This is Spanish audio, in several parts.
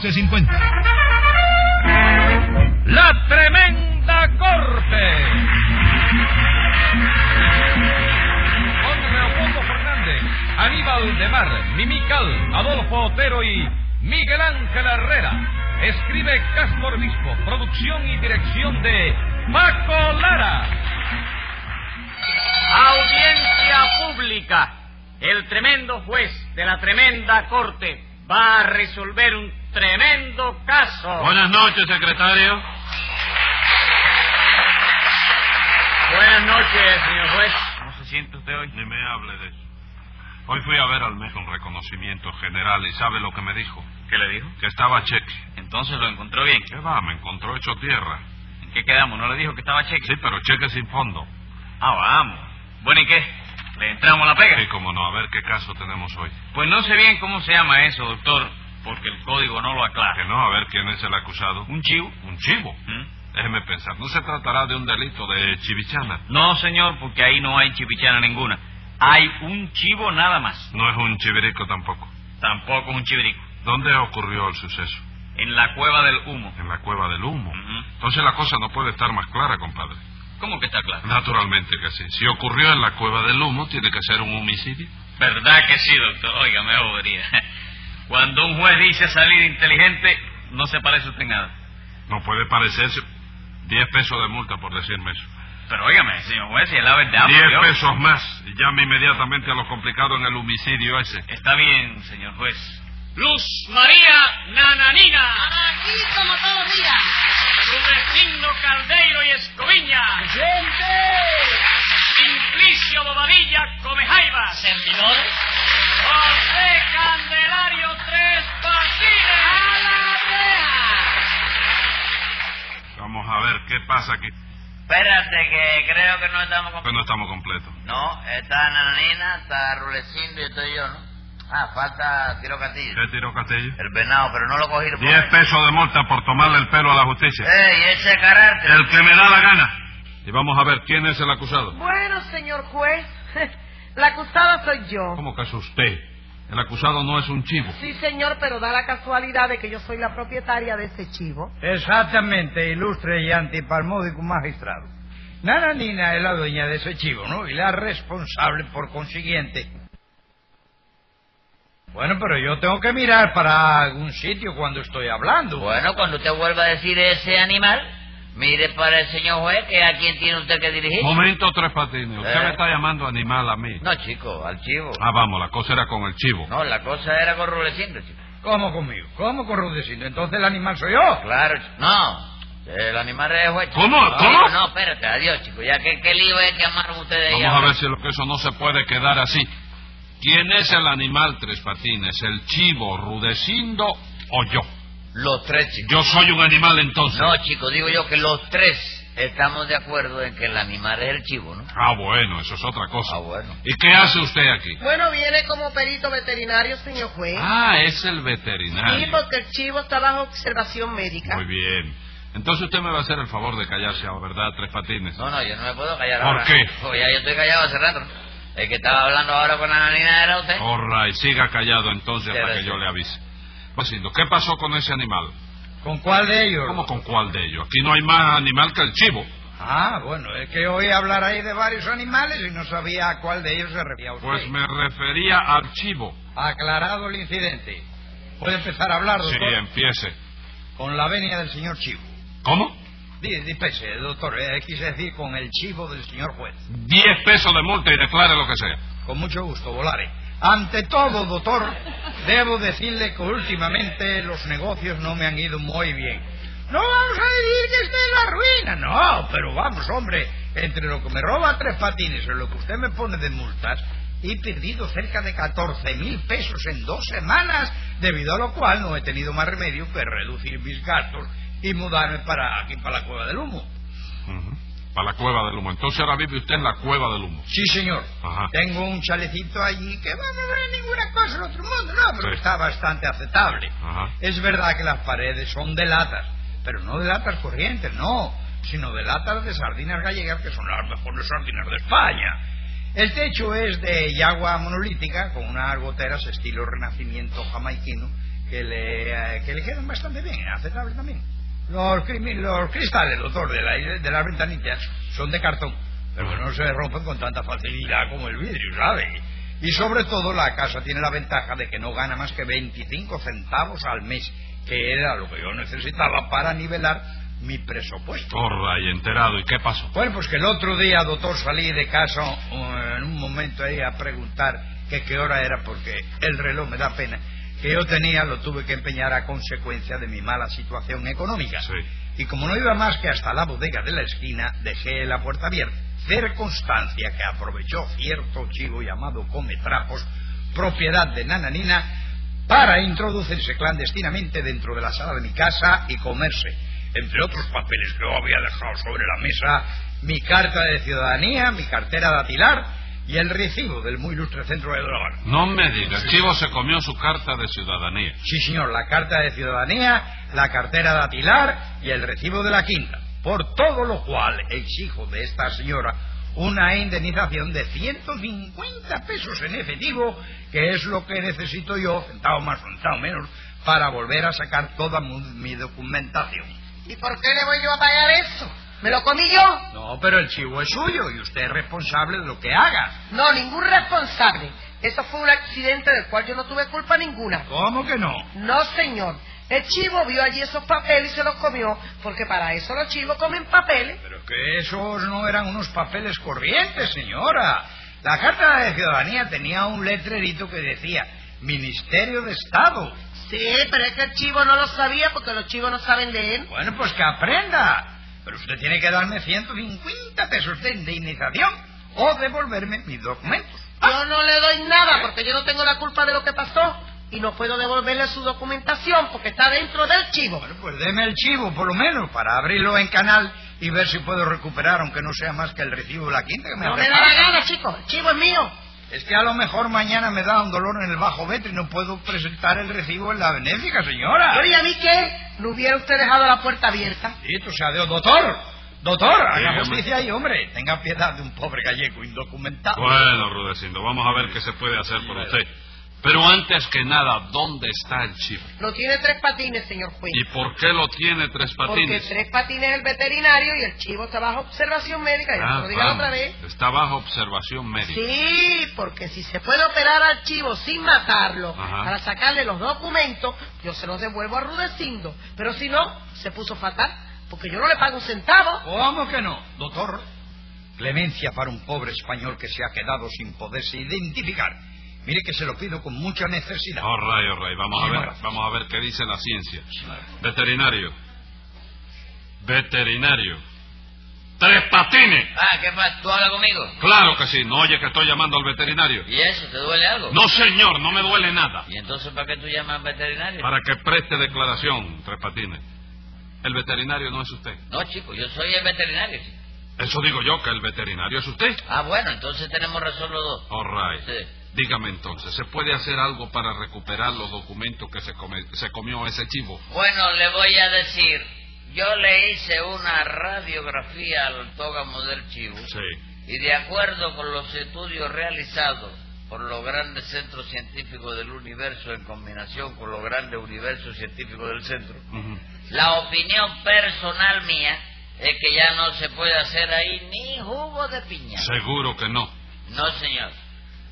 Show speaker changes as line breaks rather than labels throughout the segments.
1250.
La tremenda corte. Con Leopoldo Fernández, Aníbal de Mar, Mimical, Adolfo Otero y Miguel Ángel Herrera. Escribe Castro Obispo, producción y dirección de Paco Lara.
Audiencia pública. El tremendo juez de la tremenda corte va a resolver un tremendo caso.
Buenas noches, secretario.
Buenas noches, señor juez.
¿Cómo se siente usted hoy? Ni me hable de eso. Hoy fui a ver al mes un reconocimiento general y ¿sabe lo que me dijo?
¿Qué le dijo?
Que estaba cheque.
Entonces lo encontró bien.
¿Qué va? Me encontró hecho tierra.
¿En qué quedamos? ¿No le dijo que estaba cheque?
Sí, pero cheque sin fondo.
Ah, vamos. Bueno, ¿y qué? ¿Le entramos la pega?
Sí, cómo no. A ver qué caso tenemos hoy.
Pues no sé bien cómo se llama eso, doctor, porque el código no lo
Que
aclara.
no, a ver quién es el acusado.
¿Un chivo?
¿Un chivo?
¿Mm?
Déjeme pensar. ¿No se tratará de un delito de chivichana?
No, señor, porque ahí no hay chipichana ninguna. Hay un chivo nada más.
No es un chivirico tampoco.
Tampoco un chivirico.
¿Dónde ocurrió el suceso?
En la cueva del humo.
En la cueva del humo.
Ujú.
Entonces la cosa no puede estar más clara, compadre.
¿Cómo que está claro?
Naturalmente que sí. Si ocurrió en la cueva del humo, tiene que ser un homicidio.
¿Verdad que sí, doctor? Oiga, me bobería. Cuando un juez dice salir inteligente, no se parece usted en nada.
No puede parecerse. Diez pesos de multa por decirme eso.
Pero óigame, señor juez, si es la verdad...
Diez
murió.
pesos más. Y llame inmediatamente a lo complicado en el homicidio ese.
Está bien, señor juez.
Luz María Nananina,
Aquí como todos los días.
Rudecindo Caldeiro y Escoviña,
¡Gente!
Simplicio Bobadilla Comejaivas,
¿Servidores?
José Candelario Tres Patines.
Vamos a ver qué pasa aquí.
Espérate, que creo que no estamos
Porque
con...
no estamos completos.
No, está Nananina, está Rulecindo y estoy yo, ¿no? Ah, falta Tiro Castillo.
¿Qué tiró Castillo?
El venado, pero no lo cogí. por
Diez
ahí.
pesos de multa por tomarle el pelo a la justicia.
¡Ey, ese carácter!
El que me da la gana. Y vamos a ver quién es el acusado.
Bueno, señor juez, la acusada soy yo.
¿Cómo que es usted? El acusado no es un chivo.
Sí, señor, pero da la casualidad de que yo soy la propietaria de ese chivo.
Eh.
Exactamente, ilustre y antipalmódico magistrado. Nananina es la dueña de ese chivo, ¿no? Y la responsable, por consiguiente. Bueno, pero yo tengo que mirar para algún sitio cuando estoy hablando. ¿eh?
Bueno, cuando usted vuelva a decir ese animal, mire para el señor juez que a quién tiene usted que dirigir.
Momento, Tres Patines. Usted
Eh.
me está llamando animal a mí.
No, chico, al chivo.
Ah, vamos, la cosa era con el chivo.
No, la cosa era con Rulecindo, chico.
¿Cómo conmigo? ¿Cómo con Rudecindo? Entonces el animal soy yo.
Claro, chico. No, el animal es el juez. chico.
¿Cómo?
No,
¿Cómo?
Ah, No, espérate, adiós, chico. Ya que qué lío es que amaron ustedes ahí
Vamos a
ahora?
ver si lo que eso no se puede quedar así. ¿Quién es el animal Tres Patines? ¿El chivo, Rudecindo o yo?
Los tres, chicos.
Yo soy un animal entonces.
No, chico, digo yo que los tres estamos de acuerdo en que el animal es el chivo, ¿no?
Ah, bueno, eso es otra cosa.
Ah, bueno.
¿Y qué hace usted aquí?
Bueno, viene como perito veterinario, señor juez.
Ah, es el
Sí, pues,
veterinario.
porque el chivo está bajo observación médica.
Muy bien. Entonces usted me va a hacer el favor de callarse, ahora, ¿verdad, Tres Patines?
No, no, yo no me puedo callar
¿Por
ahora.
qué?
Oh, ya yo estoy callado hace rato. El que estaba hablando ahora con la nanina era usted.
All right, siga callado entonces hasta
Gracias.
que yo le avise. Rudecindo, ¿qué pasó con ese animal?
¿Con cuál de ellos?
¿Cómo con cuál de ellos? Aquí no hay más animal que el chivo.
Ah, bueno, es que oí hablar ahí de varios animales y no sabía a cuál de ellos se refería usted.
Pues me refería al chivo.
Aclarado el incidente. ¿Puede empezar a hablar,
Sí,
doctor?
empiece.
Con la venia del señor Chivo.
¿Cómo?
Di- Dispense, doctor, eh, quise decir con el chivo del señor juez.
Diez pesos de multa y declare lo que sea.
Con mucho gusto, volare. Ante todo, doctor, debo decirle que últimamente los negocios no me han ido muy bien. No vamos a decir que esté en la ruina, no, pero vamos, hombre, entre lo que me roba tres patines y lo que usted me pone de multas, he perdido cerca de 14 mil pesos en dos semanas, debido a lo cual no he tenido más remedio que reducir mis gastos y mudarme para aquí, para la Cueva del Humo.
Para la cueva del humo. Entonces ahora vive usted en la cueva del humo.
Sí, señor.
Ajá.
Tengo un chalecito allí que bueno, no es ninguna cosa del otro mundo, no, pero
Sí.
está bastante aceptable.
Ajá.
Es verdad que las paredes son de latas, pero no de latas corrientes, no, sino de latas de sardinas gallegas que son las mejores sardinas de España. El techo es de yagua monolítica con unas goteras estilo renacimiento jamaiquino que le, eh, que le quedan bastante bien, aceptables también. Los, crimi- los cristales, doctor, de, la- de las ventanillas son de cartón, pero que no se rompen con tanta facilidad como el vidrio, ¿sabe? Y sobre todo la casa tiene la ventaja de que no gana más que 25 centavos al mes, que era lo que yo necesitaba para nivelar mi presupuesto.
Torda y enterado. ¿Y qué pasó?
Bueno, pues que el otro día, doctor, salí de casa uh, en un momento ahí a preguntar que qué hora era porque el reloj me da pena. Que yo tenía lo tuve que empeñar a consecuencia de mi mala situación económica.
Sí.
Y como no iba más que hasta la bodega de la esquina, dejé la puerta abierta. Circunstancia que aprovechó cierto chivo llamado Come Trapos, propiedad de Nananina, para introducirse clandestinamente dentro de la sala de mi casa y comerse, entre otros papeles que yo había dejado sobre la mesa, mi carta de ciudadanía, mi cartera datilar y el recibo del muy ilustre centro de Dolabana.
No me digas. Chivo se comió su carta de ciudadanía.
Sí, señor, la carta de ciudadanía, la cartera datilar y el recibo de la quinta. Por todo lo cual exijo de esta señora una indemnización de 150 pesos en efectivo, que es lo que necesito yo, centavo más, centavo menos, para volver a sacar toda mu- mi documentación.
¿Y por qué le voy yo a pagar eso? ¿Me lo comí yo?
No, pero el chivo es suyo y usted es responsable de lo que haga.
No, ningún responsable. Eso fue un accidente del cual yo no tuve culpa ninguna.
¿Cómo que no?
No, señor. El chivo vio allí esos papeles y se los comió, porque para eso los chivos comen papeles.
Pero que esos no eran unos papeles corrientes, señora. La Carta de Ciudadanía tenía un letrerito que decía Ministerio de Estado.
Sí, pero es que el chivo no lo sabía porque los chivos no saben leer.
Bueno, pues que aprenda. Pero usted tiene que darme 150 pesos de indemnización o devolverme mis documentos. Ah,
Yo no le doy nada porque yo no tengo la culpa de lo que pasó y no puedo devolverle su documentación porque está dentro del chivo.
Bueno, pues deme el chivo, por lo menos, para abrirlo en canal y ver si puedo recuperar, aunque no sea más que el recibo de la quinta que me
No me da
arrebata.
la gana, chico. El chivo es mío.
Es que a lo mejor mañana me da un dolor en el bajo vetro y no puedo presentar el recibo en la benéfica, señora.
Pero ¿y a mí qué? ¿No hubiera usted dejado la puerta abierta?
Bendito sea Dios, doctor. Doctor,
Sí,
haga
hombre.
justicia y, hombre, tenga piedad de un pobre gallego
Ah.
indocumentado.
Bueno, Rudecindo, vamos a ver qué se puede hacer por usted. Pero antes que nada, ¿dónde está el chivo?
Lo tiene tres patines, señor juez.
¿Y por qué lo tiene tres
Porque
patines?
tres patines es el veterinario y el chivo está bajo observación médica. Ya
Ah,
se lo diga
vamos,
otra vez.
Está bajo observación médica.
Sí, porque si se puede operar al chivo sin matarlo
Ajá.
para sacarle los documentos, yo se los devuelvo a Rudecindo. Pero si no, se puso fatal, porque yo no le pago un centavo.
¿Cómo que no, doctor? Clemencia para un pobre español que se ha quedado sin poderse identificar. Mire que se lo pido con mucha necesidad.
Oh, ray, oh, ray. Vamos a
Muchísimas
ver,
gracias.
vamos a ver qué dice la ciencia. Veterinario. Veterinario. Tres patines.
Ah, ¿qué pasa? ¿Tú hablas conmigo?
Claro que sí. No oye que estoy llamando al veterinario.
¿Y eso? ¿Te duele algo?
No, señor, no me duele nada.
¿Y entonces para qué tú llamas al veterinario?
Para que preste declaración, tres patines. El veterinario no es usted.
No, chico, yo soy el veterinario. chico.
Eso digo yo, que el veterinario es usted.
Ah, bueno, entonces tenemos razón los dos. Este,
All right.
Sí.
Dígame entonces, ¿se puede hacer algo para recuperar los documentos que se, come- se comió ese chivo?
Bueno, le voy a decir, yo le hice una radiografía al autógamo del chivo
Sí.
y de acuerdo con los estudios realizados por los grandes centros científicos del universo en combinación con los grandes universos científicos del centro,
Ujú.
la opinión personal mía es que ya no se puede hacer ahí ni jugo de piña.
Seguro que no.
No, señor.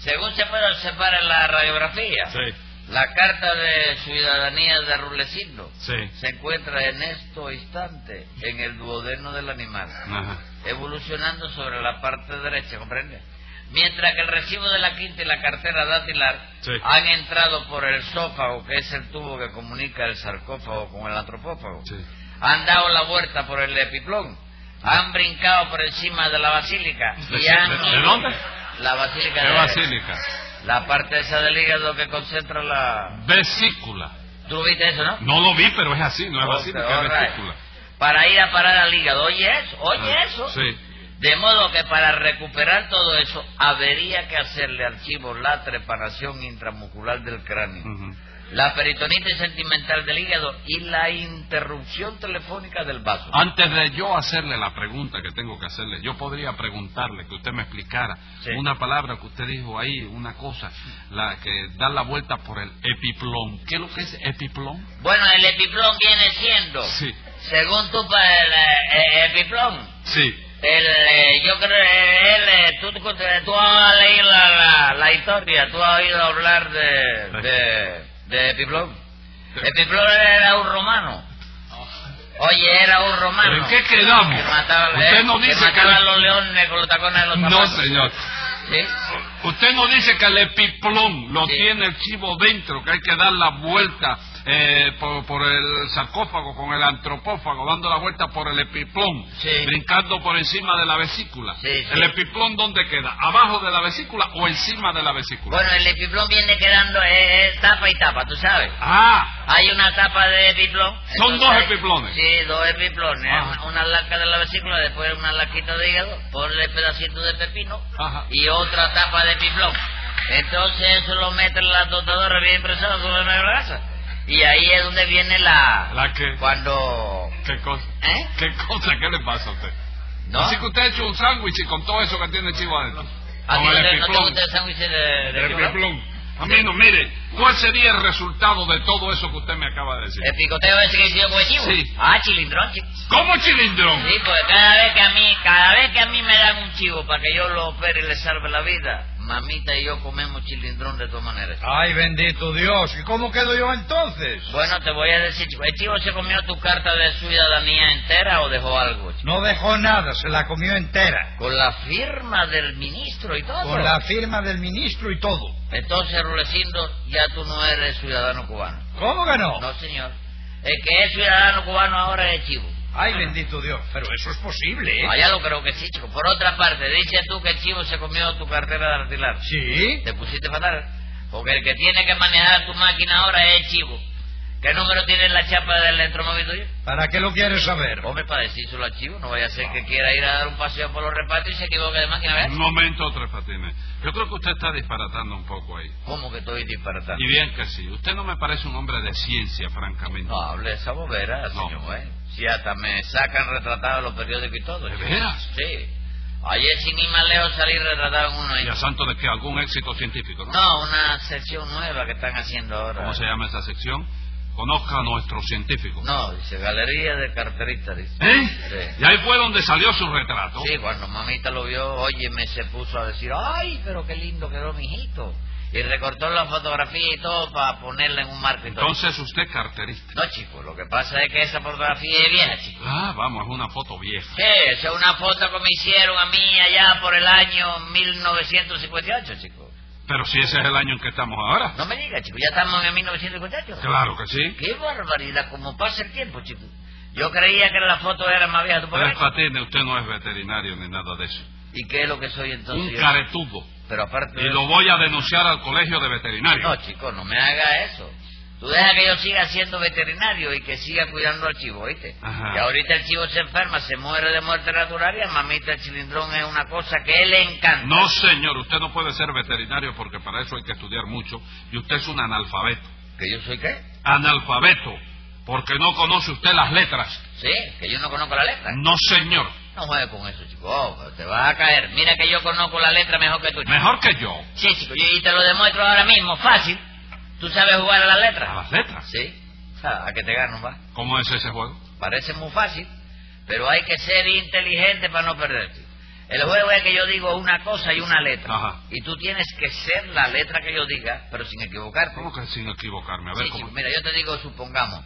Según se puede observar en la radiografía,
Sí.
la carta de ciudadanía de Rulecindo
Sí.
se encuentra en este instante en el duodeno del animal,
Ajá.
evolucionando sobre la parte derecha, ¿comprende? Mientras que el recibo de la quinta y la cartera datilar
Sí.
han entrado por el esófago, que es el tubo que comunica el sarcófago con el antropófago,
Sí.
han dado la vuelta por el epiplón, han brincado por encima de la basílica
¿De-
y han...
de- de dónde?
La basílica
¿Qué
de-
basílica?
La parte esa del hígado que concentra la...
Vesícula.
¿Tú viste eso, no?
No lo vi, pero es así, no es
Ok,
basílica,
Oh, all
es
right.
vesícula.
Para ir a parar al hígado. Oye eso, oye
Ah,
eso.
sí.
De modo que para recuperar todo eso, habría que hacerle al chivo la trepanación intramuscular del cráneo.
Ujú.
la peritonitis sentimental del hígado y la interrupción telefónica del vaso.
Antes de yo hacerle la pregunta que tengo que hacerle, yo podría preguntarle que usted me explicara
Sí.
una palabra que usted dijo ahí, una cosa, la que da la vuelta por el epiplón. ¿Qué es lo que es epiplón?
Bueno, el epiplón viene siendo,
Sí.
según tú, pa- el eh, eh, epiplón,
Sí.
el, eh, yo creo, eh, él, eh, tú, tú- tú has leído la, la- la historia, tú has oído hablar de, de, de epiplón. Epiplón era un romano. Oye, era un romano.
¿Pero en qué quedamos?
Que mataba,
Usted
eh,
no
que
dice que...
mataba a los leones con los tacones de los
No,
zapatos.
señor.
¿Sí?
Usted no dice que el epiplón lo
Sí.
tiene el chivo dentro, que hay que dar la vuelta eh, por, por el sarcófago con el antropófago, dando la vuelta por el epiplón,
Sí.
brincando por encima de la vesícula.
Sí, sí.
¿El epiplón dónde queda? ¿Abajo de la vesícula o encima de la vesícula?
Bueno, el epiplón viene quedando eh, eh, tapa y tapa, tú sabes.
Ah,
Hay una tapa de epiplón.
Son
Entonces,
dos
hay-
epiplones. Ah.
Sí, dos epiplones.
Ajá.
Una, una laca de la vesícula, después una laquita de hígado, ponle pedacito de pepino
Ajá.
y otra tapa de epiplón. Entonces eso lo meten en la tostadora bien presada sobre la grasa. Y ahí es donde viene la...
¿la qué?
Cuando...
¿Qué cosa?
¿Eh?
¿Qué cosa? ¿Qué le pasa a usted?
¿No?
Así que usted ha hecho un sándwich y con todo eso que tiene el chivo adentro.
¿A ti
Con
no
el
te- no te
epiplón.
gusta el sándwich de, de
El
epiplón?
replón. A mí no, mire, ¿cuál sería el resultado de todo eso que usted me acaba de decir?
El picoteo ese que hicieron con el chivo.
Sí.
Ah, chilindrón, chico.
¿Cómo cilindrón?
Sí, porque cada vez que a mí, cada vez que a mí me dan un chivo para que yo lo opere y le salve la vida, mamita y yo comemos chilindrón de todas maneras.
Ay, bendito Dios. ¿Y cómo quedo yo entonces?
Bueno, te voy a decir, chico, ¿el chivo se comió tu carta de ciudadanía entera o dejó algo? chico?
No dejó nada, se la comió entera.
Con la firma del ministro y todo.
Con la firma del ministro y todo.
Entonces, Rulecindo, ya tú no eres ciudadano cubano.
¿Cómo que no?
No, señor. El que es ciudadano cubano ahora es chivo.
Ay, bendito Dios. Pero eso es posible, ¿eh?
Allá lo creo que sí, chico. Por otra parte, dices tú que el chivo se comió tu cartera de artilar.
Sí.
Te pusiste fatal. Porque el que tiene que manejar tu máquina ahora es el chivo. ¿Qué número tiene la chapa del electromóvil tuyo?
¿Para qué lo quieres saber?
Hombre, para decírselo al chivo, no vaya a ser que quiera ir a dar un paseo por los repartos y se equivoque de máquina,
Un
¿verdad?
momento, Tres Patines. Yo creo que usted está disparatando un poco ahí.
¿Cómo que estoy disparatando?
Y bien que sí. Usted no me parece un hombre de ciencia, francamente.
No hable esa bobera,
No.
señor. ¿eh? Si hasta me sacan retratado en los periódicos y todo.
¿De
chico.
veras?
Sí. Ayer sin ir más lejos salí retratado en uno.
Y a
ahí.
santo de que algún éxito científico, ¿no?
No, una sección nueva que están haciendo ahora.
¿Cómo se llama esa sección? Conozca a nuestros científicos.
No, dice Galería de Carteristas, dice.
¿Eh?
Sí.
Y ahí fue donde salió su retrato.
Sí, cuando mamita lo vio, óyeme, se puso a decir, ay, pero qué lindo quedó mi hijito. Y recortó la fotografía y todo para ponerla en un marco y todo.
Entonces usted carterista.
No, chico, lo que pasa es que esa fotografía es vieja, chico.
Ah, vamos, es una foto vieja.
Sí, esa es una foto que me hicieron a mí allá por el año 1958, chico.
Pero si ese es el año en que estamos ahora.
No me digas, chico, ya estamos en 1958.
Claro que sí.
Qué barbaridad, como pasa el tiempo, chico. Yo creía que la foto era más vieja, ¿tú por
Tres
qué?
Patines, usted no es veterinario ni nada de eso.
¿Y qué es lo que soy entonces?
un
yo?
caretudo.
Pero aparte...
Y lo voy a denunciar al colegio de veterinarios.
No, chico, no me haga eso. Tú deja que yo siga siendo veterinario y que siga cuidando al chivo, ¿oíste?
Ajá.
Que ahorita el chivo se enferma, se muere de muerte natural y a mamita el chilindrón es una cosa que él le encanta.
No, señor, usted no puede ser veterinario porque para eso hay que estudiar mucho y usted es un analfabeto.
¿Que yo soy qué?
Analfabeto, porque no conoce usted las letras.
Sí, que yo no conozco la letra.
No, señor,
No juegues con eso, chico. Oh, pero te vas a caer. Mira que yo conozco la letra mejor que tú. chico.
mejor que yo.
Sí, chico, y te lo demuestro ahora mismo, fácil. ¿Tú sabes jugar a la
A
letra?
las letras.
Sí. Ah, a que te gano, va.
¿Cómo es ese juego?
Parece muy fácil, pero hay que ser inteligente para no perderte. El juego es que yo digo una cosa y una letra.
Ajá.
Y tú tienes que ser la letra que yo diga, pero sin equivocarte.
¿Cómo que sin equivocarme? A ver
Sí,
cómo.
chico, mira, yo te digo, supongamos,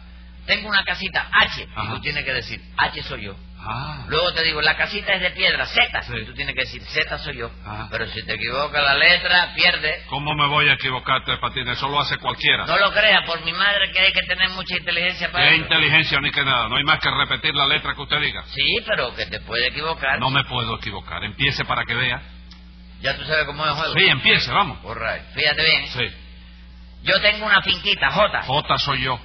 tengo una casita H,
Ajá.
y tú tienes que decir, H soy yo.
Ah,
Luego te digo, la casita es de piedra, Z,
Sí.
y tú tienes que decir, Z soy yo.
Ajá.
Pero si te equivoca la letra, pierdes.
¿cómo me voy a equivocar, Tres Patines? Eso lo hace cualquiera.
No lo creas, por mi madre que hay que tener mucha inteligencia para
Qué
eso.
inteligencia ni que nada. No hay más que repetir la letra que usted diga.
Sí, pero que te puede equivocar.
No me puedo equivocar. Empiece para que vea.
Ya tú sabes cómo es el juego.
Sí, empiece, vamos.
All right. Fíjate bien.
Sí.
Yo tengo una finquita, Jota.
J soy yo.